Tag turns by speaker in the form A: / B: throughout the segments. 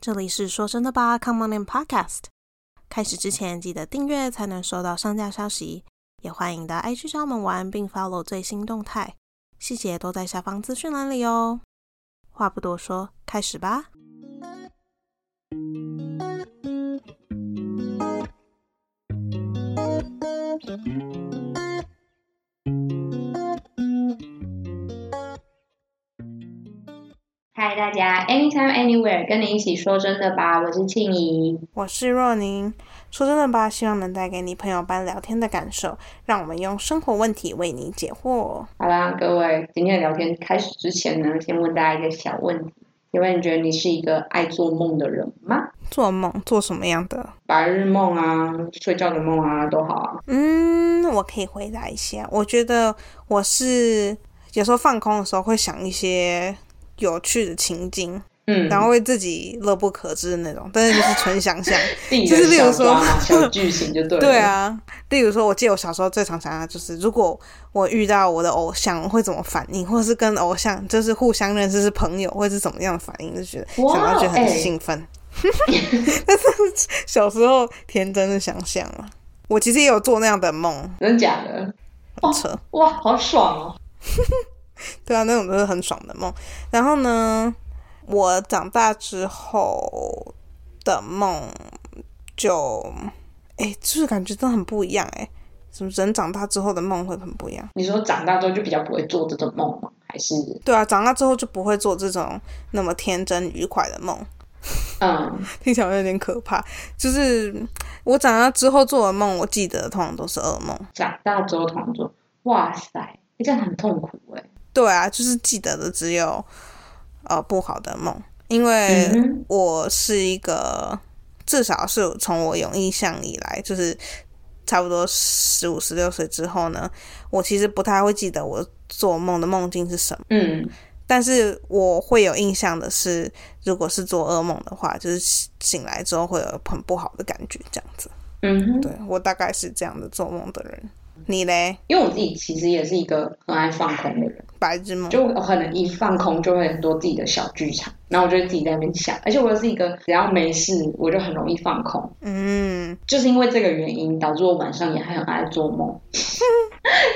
A: 这里是说真的吧，Come on in Podcast。开始之前记得订阅才能收到上架消息，也欢迎到 IG 找我们玩，并 follow 最新动态，细节都在下方资讯栏里哦。话不多说，开始吧。
B: 嗨，大家，Anytime Anywhere，跟你一起说真的吧，我是庆怡。
A: 我是若宁，说真的吧，希望能带给你朋友般聊天的感受，让我们用生活问题为你解惑。
B: 好啦，各位，今天的聊天开始之前呢，先问大家一个小问题：请问你觉得你是一个爱做梦的人吗？
A: 做梦做什么样的？
B: 白日梦啊，睡觉的梦啊，都好啊。
A: 嗯，我可以回答一下。我觉得我是有时候放空的时候会想一些有趣的情景，
B: 嗯，
A: 然后会自己乐不可支的那种，但是就是纯想象。
B: 自己
A: 就
B: 的
A: 是例如
B: 小
A: 说
B: 抓嘛，小剧情就对 了。
A: 对，啊，例如说，我记得我小时候最常想的就是，如果我遇到我的偶像，我会怎么反应，或者是跟偶像就是互相认识是朋友，会是怎么样的反应，就觉得
B: 哇
A: 想到觉得很
B: 哎
A: 兴奋。 但是小时候天真的想象啊，我其实也有做那样的梦，
B: 真的假的？
A: 很扯。
B: 哇，好爽哦！
A: 对啊，那种都是很爽的梦。然后呢，我长大之后的梦就，哎、就是感觉真的很不一样哎、什么人长大之后的梦会很不一样？
B: 你说长大之后就比较不会做这种梦吗？还是
A: 对啊，长大之后就不会做这种那么天真愉快的梦，
B: 嗯，
A: 听起来有点可怕。就是我长大之后做的梦，我记得通常都是噩梦。
B: 长大之后常做？哇塞，欸这样很痛苦哎、
A: 对啊，就是记得的只有呃不好的梦，因为
B: 嗯哼
A: 我是一个，至少是从我有印象以来，就是差不多十五、十六岁之后呢，我其实不太会记得我做梦的梦境是什么，
B: 嗯，
A: 但是我会有印象的是，如果是做噩梦的话，就是醒醒来之后会有很不好的感觉，这样子。
B: 嗯哼，
A: 对我大概是这样的做梦的人，你嘞？
B: 因为我自己其实也是一个很爱放空的人，
A: 白日梦，
B: 就我可能一放空就会很多自己的小剧场，然后我就会自己在那边想，而且我又是一个只要没事我就很容易放空，
A: 嗯，
B: 就是因为这个原因导致我晚上也很爱做梦，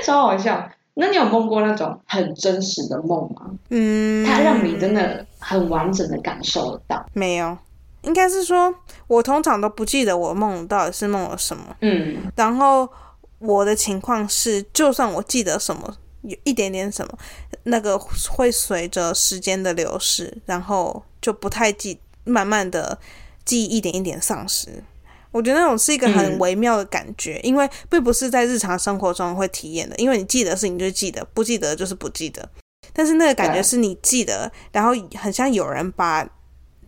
B: 超好笑。那你有梦过那种很真实的梦吗？
A: 嗯，
B: 它让你真的很完整的感受得到。
A: 没有，应该是说，我通常都不记得我梦到底是梦了什么。
B: 嗯
A: 然后我的情况是，就算我记得什么，有一点点什么，那个会随着时间的流逝，然后就不太记，慢慢的记忆一点一点丧失。我觉得那种是一个很
B: 嗯
A: 微妙的感觉，因为并不是在日常生活中会体验的，因为你记得的事情就记得，不记得就是不记得。但是那个感觉
B: 对
A: 是你记得，然后很像有人把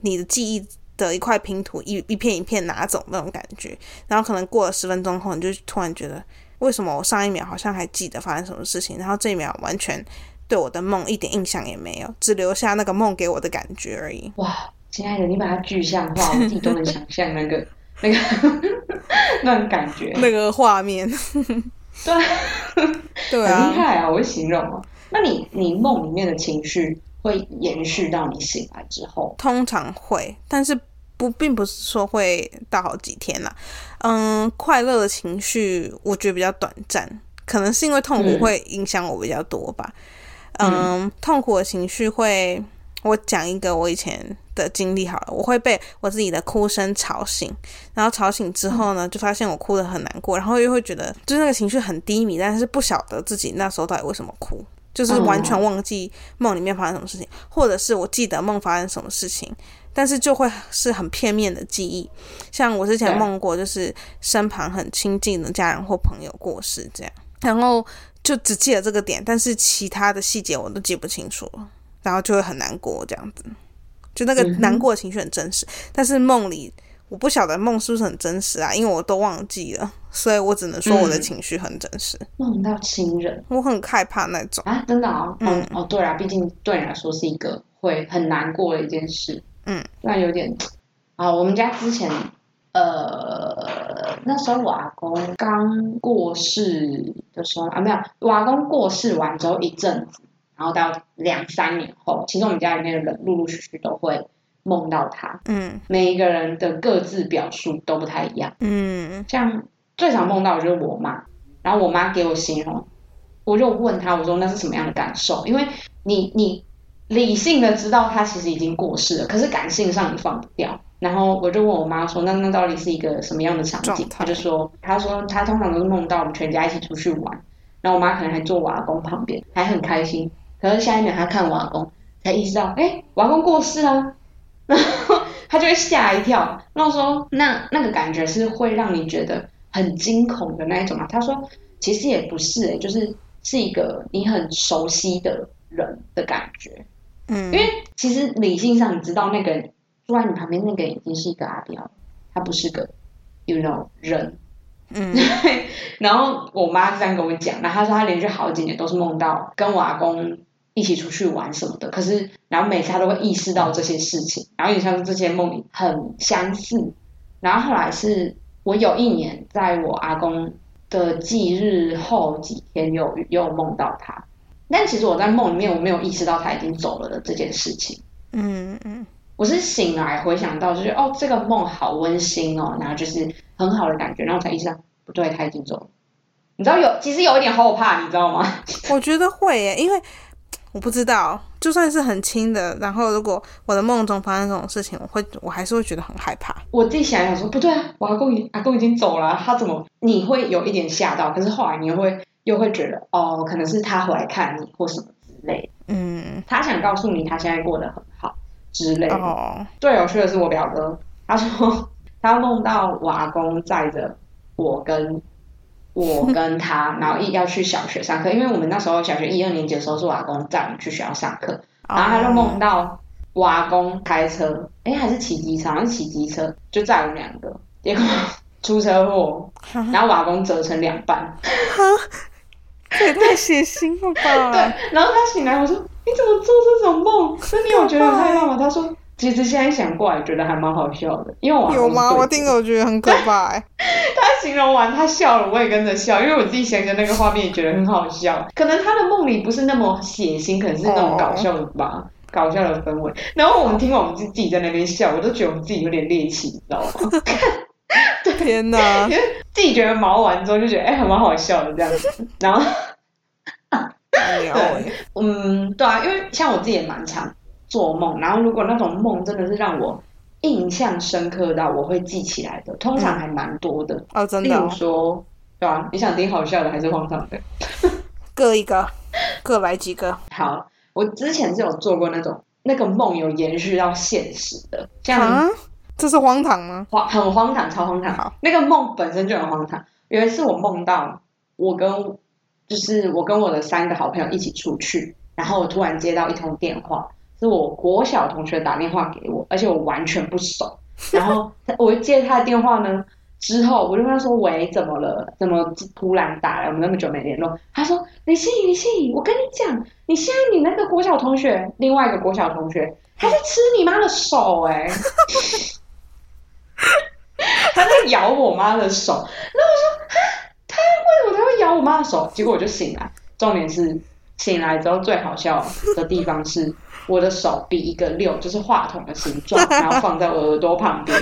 A: 你的记忆的一块拼图一一片一片拿走那种感觉，然后可能过了十分钟后，你就突然觉得，为什么我上一秒好像还记得发生什么事情，然后这一秒完全对我的梦一点印象也没有，只留下那个梦给我的感觉而已。
B: 哇，亲爱的，你把它具象化，我自己都能想象那个那个 那种感觉。
A: 那个画面，
B: 对，
A: 对
B: 很厉
A: 啊，
B: 害啊！我会形容哦。那你你梦里面的情绪会延续到你醒来之后？
A: 通常会，但是不，并不是说会到好几天啦。嗯，快乐的情绪我觉得比较短暂，可能是因为痛苦
B: 嗯
A: 会影响我比较多吧。嗯，痛苦的情绪会，我讲一个我以前的经历好了，我会被我自己的哭声吵醒，然后吵醒之后
B: 嗯
A: 呢，就发现我哭得很难过，然后又会觉得就是那个情绪很低迷，但是不晓得自己那时候到底为什么哭，就是完全忘记梦里面发生什么事情，或者是我记得梦发生什么事情。但是就会是很片面的记忆，像我之前
B: 对
A: 梦过，就是身旁很亲近的家人或朋友过世这样，然后就只记得这个点，但是其他的细节我都记不清楚了，然后就会很难过这样子，就那个
B: 嗯哼
A: 难过的情绪很真实，但是梦里我不晓得梦是不是很真实啊，因为我都忘记了，所以我只能说我的
B: 嗯
A: 情绪很真实，
B: 梦到亲人
A: 我很害怕那种，
B: 啊，真的哦，
A: 嗯
B: 嗯，哦，对啊，毕竟对你来说是一个会很难过的一件事，
A: 嗯，
B: 那有点啊，我们家之前呃，那时候我阿公刚过世的时候啊，没有，我阿公过世完之后一阵子，然后到两三年后，其实我们家里面的人陆陆续续都会梦到他，
A: 嗯
B: 每一个人的各自表述都不太一样。
A: 嗯
B: 像最常梦到的就是我妈，然后我妈给我形容，我就问她，我说那是什么样的感受？因为你你理性的知道她其实已经过世了，可是感性上你放不掉。然后我就问我妈说，那那到底是一个什么样的场景
A: 状？态
B: 她就说，她说她通常都是梦到我们全家一起出去玩，然后我妈可能还坐我阿公旁边，还很开心。可是下一秒她看我阿公，才意识到，哎、我阿公过世啦、 然后他就会吓一跳。然后说，那那个感觉是会让你觉得很惊恐的那一种吗？他说，其实也不是、欸，就是是一个你很熟悉的人的感觉。因
A: 嗯
B: 为其实理性上你知道，那个人坐在你旁边那个人已经是一个阿彪，他不是个，you know 人。
A: 嗯
B: 然后我妈这样跟我讲，然后她说她连续好几年都是梦到跟我阿公一起出去玩什么的，可是然后每次她都会意识到这些事情，然后也像是这些梦里很相似。然后后来是我有一年在我阿公的忌日后几天有有梦到他，但其实我在梦里面我没有意识到他已经走了的这件事情。
A: 嗯嗯
B: 我是醒来回想到，就是哦，这个梦好温馨哦，然后就是很好的感觉，然后我才意识到不对，他已经走了。你知道有，其实有一点后怕，你知道吗？
A: 我觉得会耶，因为我不知道，就算是很轻的，然后如果我的梦中发生这种事情，我会我还是会觉得很害怕。
B: 我自己想一想说，不对啊，我阿公已阿公已经走了啊，他怎么？你会有一点吓到，可是后来你又会又会觉得，哦，可能是他回来看你或什么之类的，
A: 嗯，
B: 他想告诉你他现在过得很好之类的。
A: 哦，
B: 最有趣的是我表哥，他说他梦到我阿公载着我跟我跟他，然后一要去小学上课，因为我们那时候小学一二年级的时候是我阿公载我们去学校上课，然后他就梦
A: 到，
B: 到我阿公开车，哎、还是骑机车，好像是骑机车就载我们两个，结果 出车祸，
A: 啊
B: 然后我阿公折成两半，
A: 这也太血腥了吧？
B: 对， 然后他醒来我说你怎么做这种梦？那你有觉得很害怕吗？他说。其实现在想过来，觉得还蛮好笑的，因为我阿公
A: 有吗？
B: 是对
A: 我
B: 的
A: 听了我觉得很可怕哎、
B: 他形容完，他笑了，我也跟着笑，因为我自己想想那个画面也觉得很好笑。可能他的梦里不是那么血腥，可能是那种搞笑的吧搞笑的氛围。然后我们听完，我们自己在那边笑，我都觉得我们自己有点猎奇，你知道吗？
A: 天哪！
B: 自己觉得毛完之后就觉得哎，还蛮好笑的这样子。然后，
A: 哎呦喂
B: 嗯，对啊，因为像我自己也蛮常做梦，然后如果那种梦真的是让我印象深刻到我会记起来的，通常还蛮多的。
A: 哦，真
B: 例
A: 的
B: 如
A: 哦、
B: 说，对啊，你想听好笑的还是荒唐的？
A: 各一个，各来几个。
B: 好，我之前是有做过那种那个梦有延续到现实的，这样
A: 啊，这是荒唐吗？
B: 荒很荒唐，超荒
A: 好
B: 唐。那个梦本身就很荒唐。有一次我梦到我跟就是我跟我的三个好朋友一起出去，然后我突然接到一通电话，是我国小同学打电话给我，而且我完全不熟。然后我接他的电话呢，之后我就跟他说：“喂，怎么了？怎么突然打来？我们那么久没联络。”他说：“李信，李信，我跟你讲，你现在你那个国小同学，另外一个国小同学，他在吃你妈的手、欸，哎，他在咬我妈的手。”然后我说：“哈，他为什么他会咬我妈的手？”结果我就醒来，重点是醒来之后最好笑的地方是。我的手比一个六，就是话筒的形状，然后放在我耳朵旁边，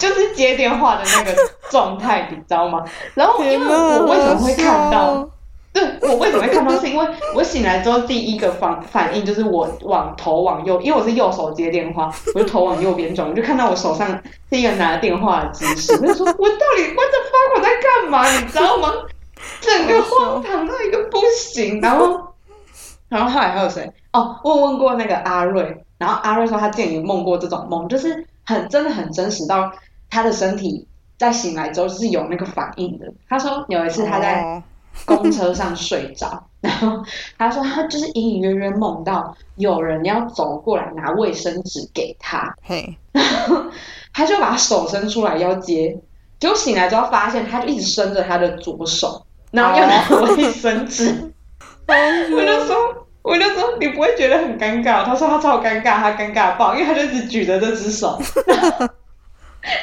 B: 就是接电话的那个状态，你知道吗？然后因
A: 天
B: 为
A: 哪，
B: 我为什么会看
A: 好
B: 到
A: 笑？哦
B: 对我为什么会看到？是因为我醒来之后第一个反反应就是我往头往右，因为我是右手接电话， 我就头往右边转，我就看到我手上是一个拿电话的姿势，我就说我到底 what the fuck 我在干嘛？你知道吗？整个荒唐到一个不行，然后。然后后来还有谁？哦，我有问过那个阿瑞，然后阿瑞说他之前也梦过这种梦，就是很真的很真实到他的身体在醒来之后是有那个反应的。他说有一次他在
A: 哦
B: 公车上睡着， 然后他说他就是隐隐约约梦到有人要走过来拿卫生纸给他，
A: 嘿，
B: 他就把手伸出来要接，结果醒来之后发现他就一直伸着他的左手，然后要拿卫生纸。我就说，我就说你不会觉得很尴尬？他说他超尴尬，他尴尬爆，因为他就一直举着这只手，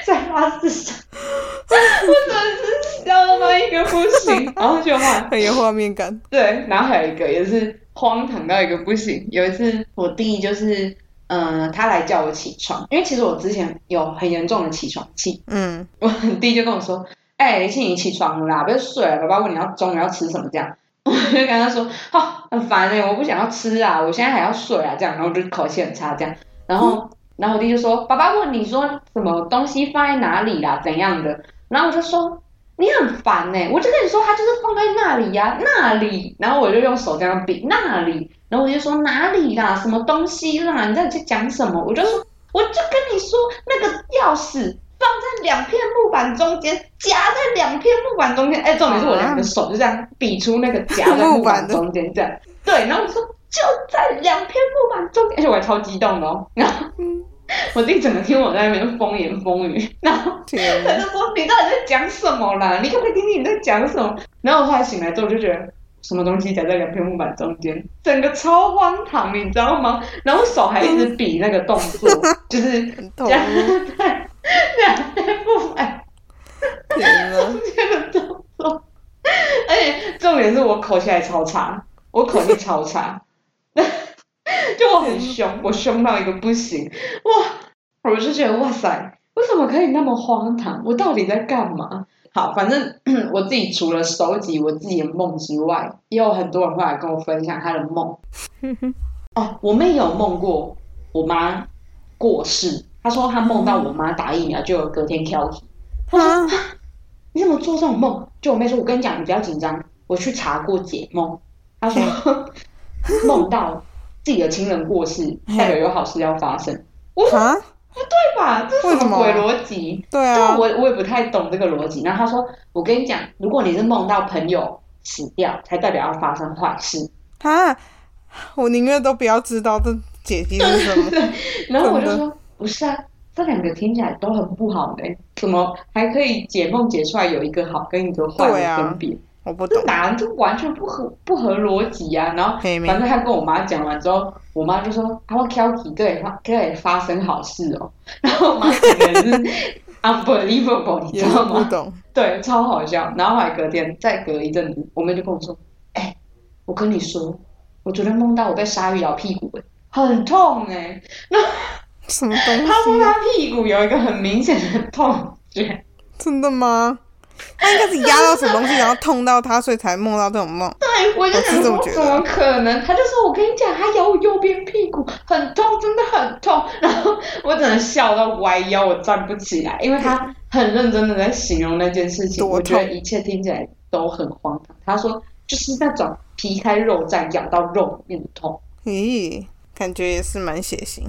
B: 在他身上，我 真的是笑到一个不行。然后就换
A: 很有画面感。
B: 对，然后还有一个也是荒唐到一个不行。有一次我弟就是嗯、他来叫我起床，因为其实我之前有很严重的起床气，
A: 嗯
B: 我弟就跟我说：“哎、林信你起床了啦，不要睡了，爸爸问你要中午要吃什么这样。”我就跟他说：“哦，很烦哎、我不想要吃啊，我现在还要睡啊这样。”然后我就口气很差这样，然后、然后我弟就说：“爸爸问你说什么东西放在哪里啦，怎样的？”然后我就说。你很烦哎、我就跟你说，它就是放在那里呀、那里。然后我就用手这样比那里，然后我就说哪里啦，什么东西啦，你在去讲什么？我就说，我就跟你说，那个钥匙放在两片木板中间，夹在两片木板中间。哎、重点是我两个手就这样比出那个夹在木
A: 木板
B: 板
A: 的
B: 中间这样。对，然后我说就在两片木板中间，而且我还超激动的哦。然后
A: 嗯，
B: 我弟整个听我在那边风言风语，然后
A: 天
B: 他
A: 啊，
B: 就说：“你到底在讲什么啦？你可不可以听听你在讲什么？”然后我后来醒来之后，我就觉得什么东西夹在两片木板中间，整个超荒唐，你知道吗？然后我手还一
A: 嗯
B: 直比那个动作，就是
A: 很痛
B: 夹，在两片木板
A: 天 啊，
B: 这个动作，而且重点是我口气还超差，我口气超差， 就我很凶，我凶到一个不行，哇！我就觉得哇塞，为什么可以那么荒唐？我到底在干嘛？好，反正 我自己除了收集我自己的梦之外，也有很多人会来跟我分享他的梦。哦，我妹有梦过我妈过世，她说她梦到我妈打疫苗，就有隔天挑剔。她说
A: 啊，
B: 你怎么做这种梦？就我妹说，我跟你讲，你不要紧张，我去查过解梦。她说梦到自己的亲人过世，代表有好事要发生，
A: 啊，
B: 对吧？这是
A: 为什么
B: 鬼逻辑？
A: 对
B: 对
A: 啊，
B: 我我也不太懂这个逻辑。然后她说，我跟你讲，如果你是梦到朋友死掉，才代表要发生坏事。
A: 啊，我宁愿都不要知道这解析是什么，
B: 然后我就
A: 真
B: 说，不是啊，这两个听起来都很不好嘞、怎么还可以解梦解出来有一个好跟一个坏
A: 对
B: 的
A: 啊
B: 分别？
A: 我不懂
B: 这，哪这完全不合不合逻辑啊！然后
A: 嘿妹
B: 反正他跟我妈讲完之后，我妈就说他会挑剔，对发对发生好事哦。然后我妈整个人是 unbelievable，你
A: 也
B: 知
A: 是
B: 道
A: 不
B: 吗？
A: 懂，
B: 对，超好笑。然后还隔天再隔一阵子，我妹就跟我说：“哎、我跟你说，我昨天梦到我被鲨鱼咬屁股、欸，很痛哎、
A: 什么东
B: 她说
A: 西？
B: 她屁股有一个很明显的痛觉，
A: 真的吗？他应该是压到什么东西，然后痛到他，所以才梦到这种梦。
B: 对，我就
A: 哦我是
B: 想
A: 这
B: 说
A: 么觉得
B: 怎么可能？他就说我跟你讲，他咬我右边屁股，很痛，真的很痛。然后我只能笑到歪腰，我站不起来，因为他很认真的在形容那件事情。
A: 多
B: 我觉得
A: 痛
B: 一切听起来都很荒唐。他说就是那种皮开肉绽，咬到肉里面的痛。
A: 咦，感觉也是蛮血腥。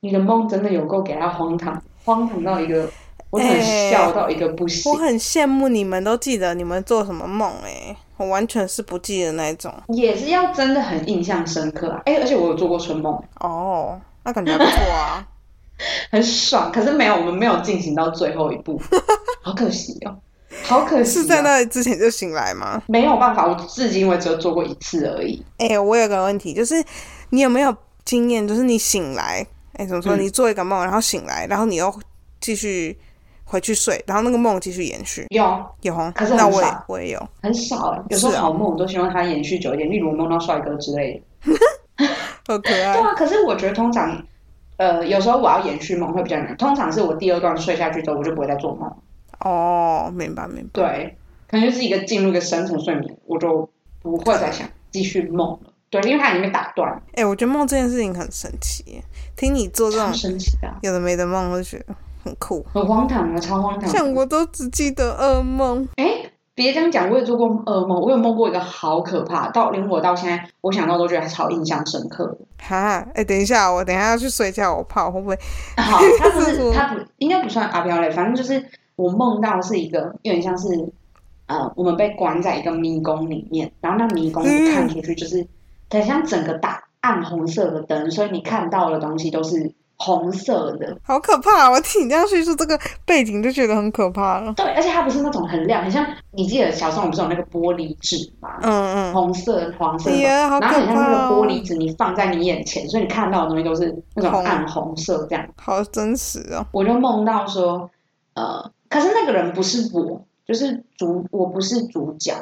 B: 你的梦真的有够给他荒唐，荒唐到一个，我只能
A: 哎
B: 笑到一个不行。
A: 我很羡慕你们都记得你们做什么梦哎、我完全是不记得那一种
B: 也是要真的很印象深刻啊！哎、而且我有做过春梦，
A: 哦，那感觉还不错 啊。
B: 很爽，可是没有，我们没有进行到最后一 步，好可惜哦，好可惜、哦，
A: 是在那之前就醒来吗？
B: 没有办法，我至今为止有做过一次而已。
A: 哎、我有个问题，就是你有没有经验，就是你醒来，哎、怎么说？
B: 嗯
A: 你做一个梦，然后醒来，然后你又继续回去睡，然后那个梦继续延续，
B: 有
A: 有哦
B: 可是很
A: 那我也
B: 少
A: 我也有，
B: 很少哎，有时候
A: 是啊
B: 好梦我都希望它延续久一点，例如我梦到帅哥之类的。
A: 好可
B: 对
A: 爱。
B: 啊，可是我觉得通常，呃，有时候我要延续梦会比较难，通常是我第二段睡下去之后，我就不会再做梦。
A: 哦，明白明白。
B: 对，可能就是一个进入一个深层睡眠，我就不会再想继续梦了。对，因为它已经被打断了，
A: 哎、我觉得梦这件事情很神奇耶，听你做这
B: 超
A: 种
B: 神奇的啊、
A: 有的没的梦，我就觉得很酷。
B: 很荒唐啊，超荒唐的。
A: 像我都只记得噩梦，
B: 哎，别这样讲，我也做过噩梦，我有梦过一个好可怕，到连我到现在，我想到都觉得超印象深刻的。
A: 哈，哎、等一下，我等一下要去睡觉，我怕我会不会
B: 好，它不
A: 是什
B: 是，
A: 么
B: 它不应该不算阿飘类，反正就是我梦到是一个有点像是，呃，我们被关在一个迷宫里面，然后那迷宫你看出去就是很像整个大暗红色的灯，所以你看到的东西都是红色的，
A: 好可怕！啊我听你这样叙述这个背景就觉得很可怕了。
B: 对，而且它不是那种很亮，很像你记得小时候我们不是有那个玻璃纸吗？
A: 嗯嗯，
B: 红色、黄哦色的，
A: 哎呀好
B: 然后很像那个
A: 可怕哦
B: 玻璃纸，你放在你眼前，所以你看到的东西都是那种暗红色这样。
A: 好真实哦。
B: 我就梦到说，呃，可是那个人不是我，就是主，我不是主角，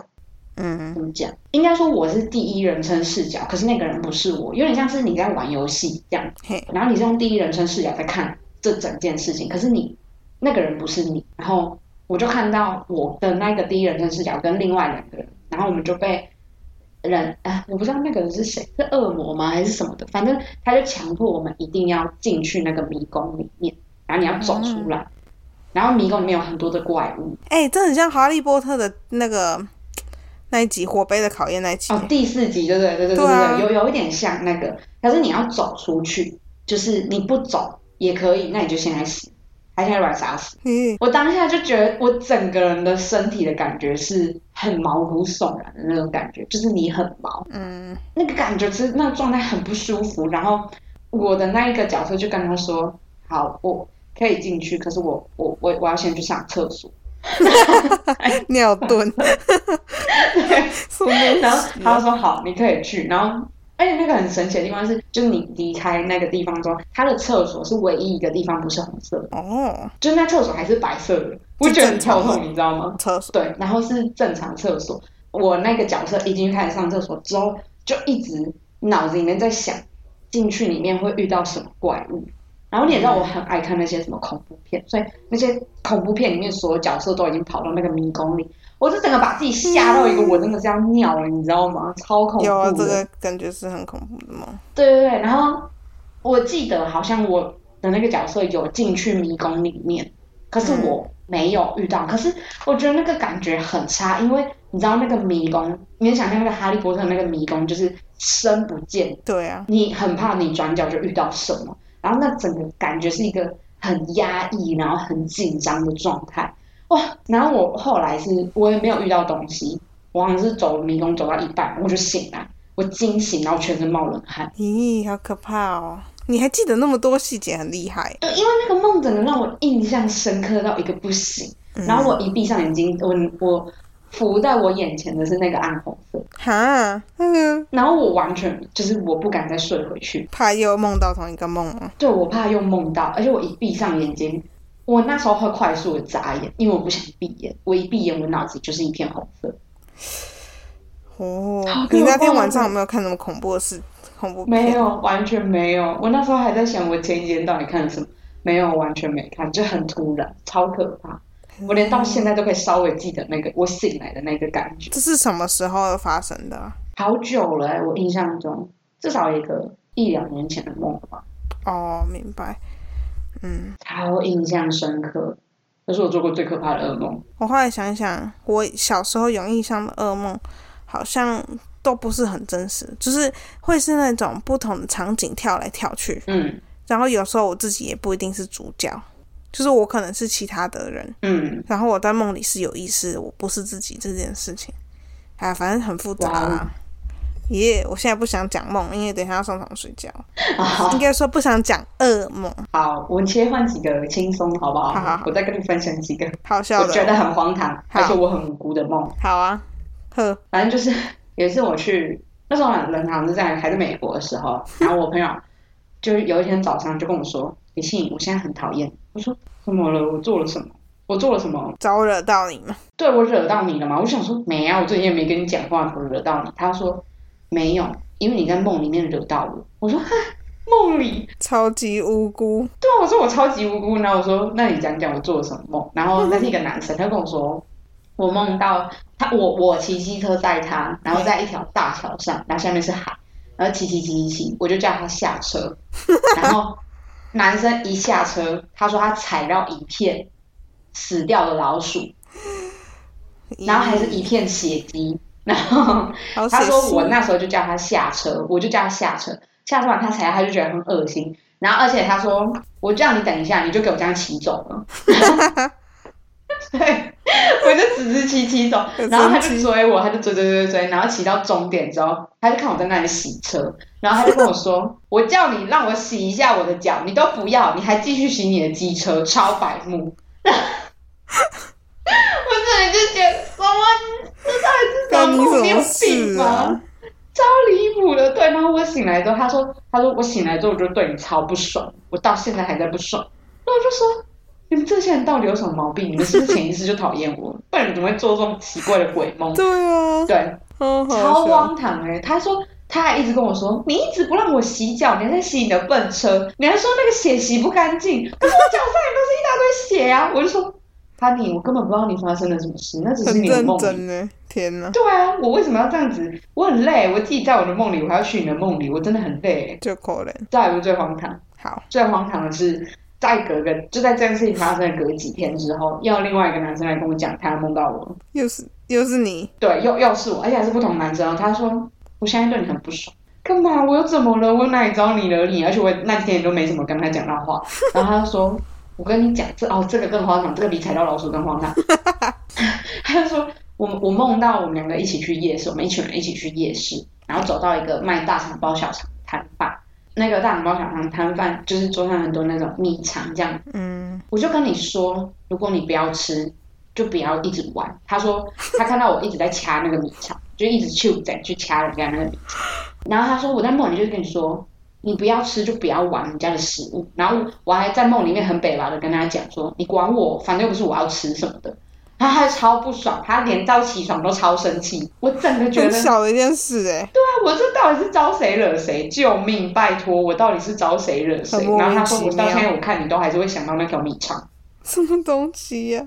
A: 嗯
B: 怎么讲？应该说我是第一人称视角，可是那个人不是我，有点像是你在玩游戏这样
A: 嘿，
B: 然后你是用第一人称视角在看这整件事情，可是你那个人不是你，然后我就看到我的那个第一人称视角跟另外两个人，然后我们就被人， 哎，我不知道那个人是谁，是恶魔吗还是什么的，反正他就强迫我们一定要进去那个迷宫里面，然后你要走出来，然后迷宫里面有很多的怪物，
A: 哎、这很像《哈利波特》的那个那一集火杯的考验那一集。
B: 哦，第四集对对对对对
A: 对啊
B: 对，有有一点像那个，可是你要走出去，就是你不走也可以，那你就现在死，他现在把你杀死。
A: 咦，
B: 我当下就觉得我整个人的身体的感觉是很毛骨悚然的那种感觉，就是你很毛，
A: 嗯，
B: 那个感觉是那个状态很不舒服。然后我的那一个角色就跟他说：“好，我可以进去，可是我我我我要先去上厕所。”
A: 尿遁， 什么东西
B: 然后他就说好，你可以去。然后，而且那个很神奇的地方是，就是你离开那个地方之后，它的厕所是唯一一个地方不是红色的，
A: 哦，
B: 就是那厕所还是白色的，我觉得很跳痛，你知道吗？
A: 厕所，
B: 对，然后是正常厕所。我那个角色一进去开始上厕所之后，就一直脑子里面在想，进去里面会遇到什么怪物。然后你也知道我很爱看那些什么恐怖片，所以那些恐怖片里面所有角色都已经跑到那个迷宫里，我就整个把自己吓到一个，我真的是要尿了，你知道吗？超恐怖
A: 嗯
B: 的。哦
A: 有啊，这个感觉是很恐怖的梦。
B: 对对对，然后我记得好像我的那个角色有进去迷宫里面，可是我没有遇到。可是我觉得那个感觉很差，因为你知道那个迷宫，你能想象那个哈利波特那个迷宫就是深不见，
A: 对啊，
B: 你很怕你转角就遇到什么，然后那整个感觉是一个很压抑，然后很紧张的状态。哇！然后我后来是我也没有遇到东西，我好像是走迷宫走到一半我就醒来，我惊醒，然后全身冒冷汗。
A: 咦，好可怕哦！你还记得那么多细节，很厉害。
B: 对，呃因为那个梦真的让我印象深刻到一个不行。
A: 嗯
B: 然后我一闭上眼睛，我我浮在我眼前的是那个暗红色，
A: 哈，那个
B: 然后我完全就是我不敢再睡回去，
A: 怕又梦到同一个梦吗？
B: 对我怕又梦到，而且我一闭上眼睛，我那时候会快速的眨眼，因为我不想闭眼，我一闭眼我脑子就是一片红色，
A: 哦
B: 好，可
A: 你那
B: 怕
A: 天晚上
B: 哦
A: 有没有看什么恐怖的事？恐怖片
B: 没有，完全没有。我那时候还在想我前一天到底看了什么，没有，完全没看，就很突然，超可怕。我连到现在都可以稍微记得那个我醒来的那个感觉。
A: 这是什么时候发生的啊？
B: 好久了欸、我印象中至少有一个一两年前的梦了吧，
A: 哦，明白。嗯，
B: 超印象深刻，那是我做过最可怕的噩梦。
A: 我后来想一想，我小时候有印象的噩梦，好像都不是很真实，就是会是那种不同的场景跳来跳去，
B: 嗯
A: 然后有时候我自己也不一定是主角，就是我可能是其他的人，
B: 嗯，
A: 然后我在梦里是有意识，我不是自己这件事情，哎、反正很复杂
B: 哇
A: 啦
B: 哦。
A: 耶我现在不想讲梦，因为等一下要上床睡觉。
B: 好
A: 应，该说不想讲噩梦，
B: 好，我们切换几个轻松好不好？
A: 好好好
B: 我再跟你分享几个
A: 好笑
B: 我觉
A: 的。
B: 得很荒唐，
A: 好
B: 而且我很无辜的梦。
A: 好啊，呵，
B: 反正就是 有一次我去，那时候人好像是在还在美国的时 候，然后我朋友就是有一天早上就跟我说：“李信，我现在很讨厌。”我说：“怎么了？我做了什么？我做了什么？
A: 招惹到你嘛？
B: 对我惹到你了吗？我想说没啊，我最近也没跟你讲话，怎么惹到你？他说没有，因为你在梦里面惹到我。我说哈，梦里？
A: 超级无辜，
B: 对啊，我说我超级无辜。然后我说那你讲讲我做了什么梦？然后那是一个男生，他跟我说我梦到他，我我骑机车载他，然后在一条大桥上，然后下面是海，然后骑骑骑骑骑，我就叫他下车，然后男生一下车，他说他踩到一片死掉的老鼠，然后还是一片血迹。然后
A: 好
B: 他
A: 写
B: 说
A: 实
B: 我那时候就叫他下车，我就叫他下车，下车完他才他就觉得很恶心。然后而且他说我叫你等一下，你就给我这样骑走了。 对，我就只是骑骑走，
A: 很
B: 然后他
A: 生
B: 就
A: 气
B: 追我，他就追追追追追，然后骑到终点之后，他就看我在那里洗车，然后他就跟我说：“ 我叫你让我洗一下我的脚，你都不要，你还继续洗你的机车，超白目。” 我真的就觉得什么，这到底是什
A: 关你
B: 么梦？
A: 什
B: 你有
A: 么
B: 病
A: 事
B: 吗
A: 啊？？
B: 超离谱的，对。然后我醒来之后，他说，他说我醒来之后我就对你超不爽，我到现在还在不爽。然后我就说，你们这些人到底有什么毛病？你们是不是潜意识就讨厌我？不然你怎么会做这种奇怪的鬼 梦？
A: 对啊，
B: 对，
A: 嗯好
B: 超
A: 笑
B: 荒唐哎、他说。他还一直跟我说：“你一直不让我洗脚，你还在洗你的笨车，你还说那个血洗不干净，可是我脚上也都是一大堆血啊！”我就说：“哈尼，我根本不知道你发生了什么事，那只是
A: 很
B: 你的
A: 认
B: 梦里
A: 真呢，天哪！
B: 对啊，我为什么要这样子？我很累，我自己在我的梦里，我还要去你的梦里，我真的很累。
A: 就可怜。
B: 这还不是最荒唐，
A: 好，
B: 最荒唐的是，在隔个就在这件事情发生的隔几天之后，又有另外一个男生来跟我讲，他梦到我，
A: 又是又是你，
B: 对，又又是我，而且还是不同男生哦。他说我现在对你很不爽，干嘛？我又怎么了？我哪里招你惹你？而且我那几天也都没怎么跟他讲到话。然后他就说，我跟你讲，这哦，这个更荒唐，这个比踩到老鼠更荒唐。 他就说，我我梦到我们两个一起去夜市，我们一群人一起去夜市，然后走到一个卖大肠包小肠的摊贩。那个大肠包小肠摊贩就是桌上很多那种米肠这样
A: 嗯，
B: 我就跟你说，如果你不要吃，就不要一直玩。他说他看到我一直在掐那个米肠， 就一直去在去掐人家那个米肠。然后他说我在梦里就跟你说，你不要吃就不要玩人家的食物。然后我还在梦里面很北吧的跟他讲说，你管我，反正又不是我要吃什么的。然后他就超不爽，他连到起床都超生气。我整个觉
A: 很
B: 得，对啊，
A: 小的一件事哎，
B: 我这到底是招谁惹谁？救命！拜托，我到底是招谁惹谁
A: 很？莫名
B: 然后他说，
A: 其
B: 我到
A: 妙
B: 现在我看你都还是会想到那条米肠，
A: 什么东西呀？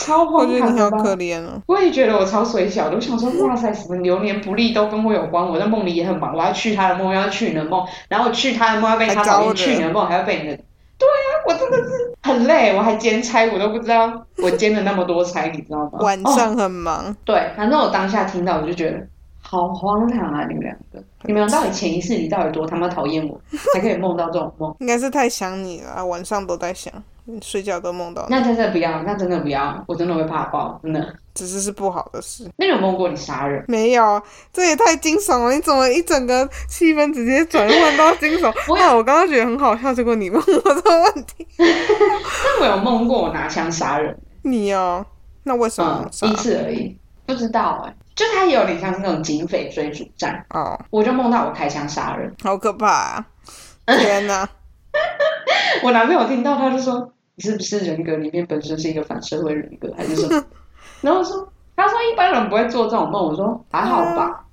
B: 超
A: 我
B: 荒
A: 觉得
B: 唐
A: 你
B: 的
A: 好
B: 吧？
A: 可怜哦。
B: 我也觉得我超水小的，我想说，哇塞，什么流年不利都跟我有关。我在梦里也很忙，我要去他的梦，要去你的梦，然后去他的梦要被他讨
A: 还招
B: 厌，
A: 惹
B: 去你的梦还要被你的。对啊，我真的是很累，我还兼差，我都不知道我兼了那么多差，你知道吗？
A: 晚
B: 哦
A: 上很忙，
B: 对，反正我当下听到我就觉得好荒唐啊，你们两个，你们到底潜意识里到底多他妈讨厌我，才可以梦到这种 梦？
A: 应该是太想你了啊，晚上都在想，睡觉都梦到你，
B: 那真的不要，那真的不要，我真的会怕爆，真的。
A: 只是是不好的事。
B: 那你有梦过你杀人？
A: 没有啊，这也太惊悚了！你怎么一整个气氛直接转换到惊悚？
B: 我也
A: 哇，我刚刚觉得很好笑，结果你问我这个问题，
B: 那我有梦过我拿枪杀人。
A: 你哦，那为什么
B: 嗯
A: 不，杀
B: 一次而已，不知道哎、就他也有点像是那种警匪追逐战，
A: 哦，
B: 我就梦到我开枪杀人，
A: 好可怕啊！天哪，
B: 我男朋友听到他就说你是不是人格里面本身是一个反社会人格还是什么？然后我说他说一般人不会做这种梦，我说还好吧，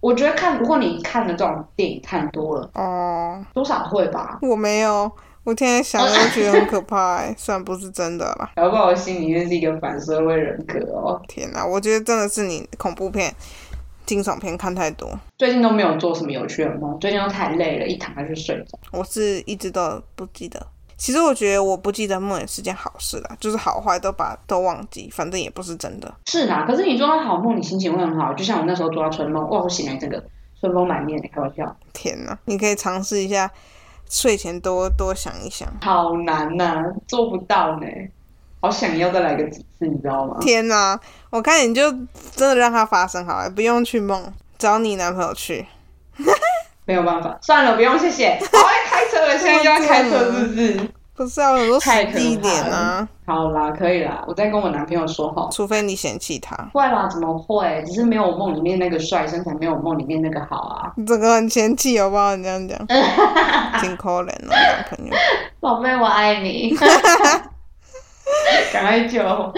B: 我觉得看如果你看的这种电影看多了，
A: 哦，
B: 多少会吧。
A: 我没有，我天天想都觉得很可怕、欸，虽然不是真的啦。
B: 搞不好我心里面是一个反社会人格哦，
A: 天哪，我觉得真的是你恐怖片、惊悚片看太多，
B: 最近都没有做什么有趣的梦，最近都太累了，一躺下就睡着。
A: 我是一直都不记得。其实我觉得我不记得梦也是件好事啦，就是好坏都把都忘记，反正也不是真的。
B: 是啦，可是你做到好梦，你心情会很好。就像我那时候做到春梦，哇，我醒来整个春风满面，开玩笑，
A: 天呐，你可以尝试一下，睡前多多想一想。
B: 好难呐、做不到呢，好想要再来个几次，你知道吗？
A: 天呐，我看你就真的让它发生好了，不用去梦，找你男朋友去。
B: 没有办法，算了，不用，谢谢。我爱开车了，现在就要开车，是不是？
A: 不是啊，有很多实
B: 太可怕
A: 地点啊
B: 了，好啦，可以啦，我再跟我男朋友说哈。
A: 除非你嫌弃他，
B: 会啦，怎么会？只是没有我梦里面那个帅，身材没有我梦里面那个好啊。
A: 你整个很嫌弃，好不好？你这样 讲，挺可怜的男朋友。
B: 宝贝，我 爱你。赶快救我！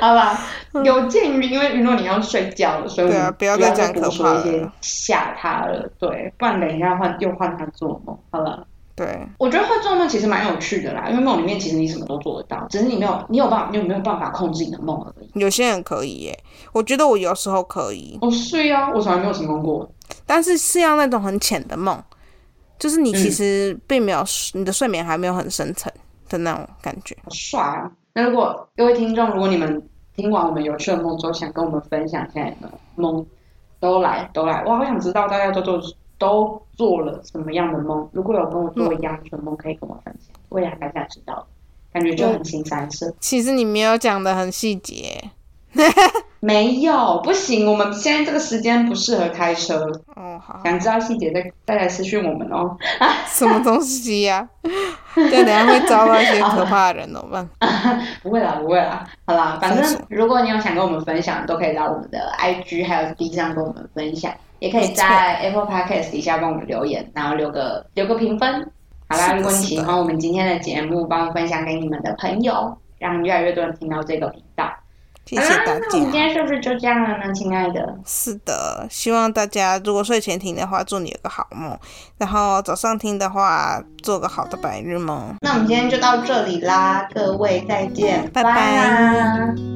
B: 好吧，有鉴于因为云诺你要睡觉了，所以
A: 嗯
B: 我
A: 对啊
B: 们
A: 不要再讲
B: 多
A: 可怕
B: 说
A: 的
B: 一些吓他了。对，不然等一下换又换他做梦。好了，
A: 对，
B: 我觉得会做梦其实蛮有趣的啦，因为梦里面其实你什么都做得到，只是你没有你有办法你有没有办法控制你的梦而已。
A: 有些人可以耶，我觉得我有时候可以，
B: 哦，是啊，我从来没有成功过。
A: 但是是要那种很浅的梦，就是你其实并没有、你的睡眠还没有很深层的那种感觉。
B: 好帅啊！那如果各位听众，如果你们听完我们有趣的梦之后，想跟我们分享一下你的梦，都来都来，我好想知道大家都做都做了什么样的梦。如果有跟我做一样的梦，可以跟我分享，我也还想知道，感觉就很新三色。
A: 其实你没有讲的很细节
B: 没有，不行，我们现在这个时间不适合开车。
A: 哦，好，
B: 想知道细节再再来私讯我们哦。
A: 什么东西呀、 这样等下会招到一些可怕的人，怎么办？
B: 不会啦，不会啦，好啦，反
A: 分
B: 正
A: 手
B: 如果你有想跟我们分享，都可以到我们的 IG 还有 B 站跟我们分享，也可
A: 没
B: 以
A: 错
B: 在 Apple Podcast 底下帮我们留言，然后留个留个评分，好啦，如果你
A: 是的
B: 喜欢我们今天的节目，帮我分享给你们的朋友，让越来越多人听到这个频道。
A: 谢
B: 好
A: 谢大
B: 啦，那我们今
A: 家。
B: 天是不是就这样了呢，亲爱的？
A: 是的，希望大家如果睡前听的话，祝你有个好梦；然后早上听的话，做个好的白日梦。
B: 那我们今天就到这里啦，各位再见，
A: 拜拜
B: 拜啦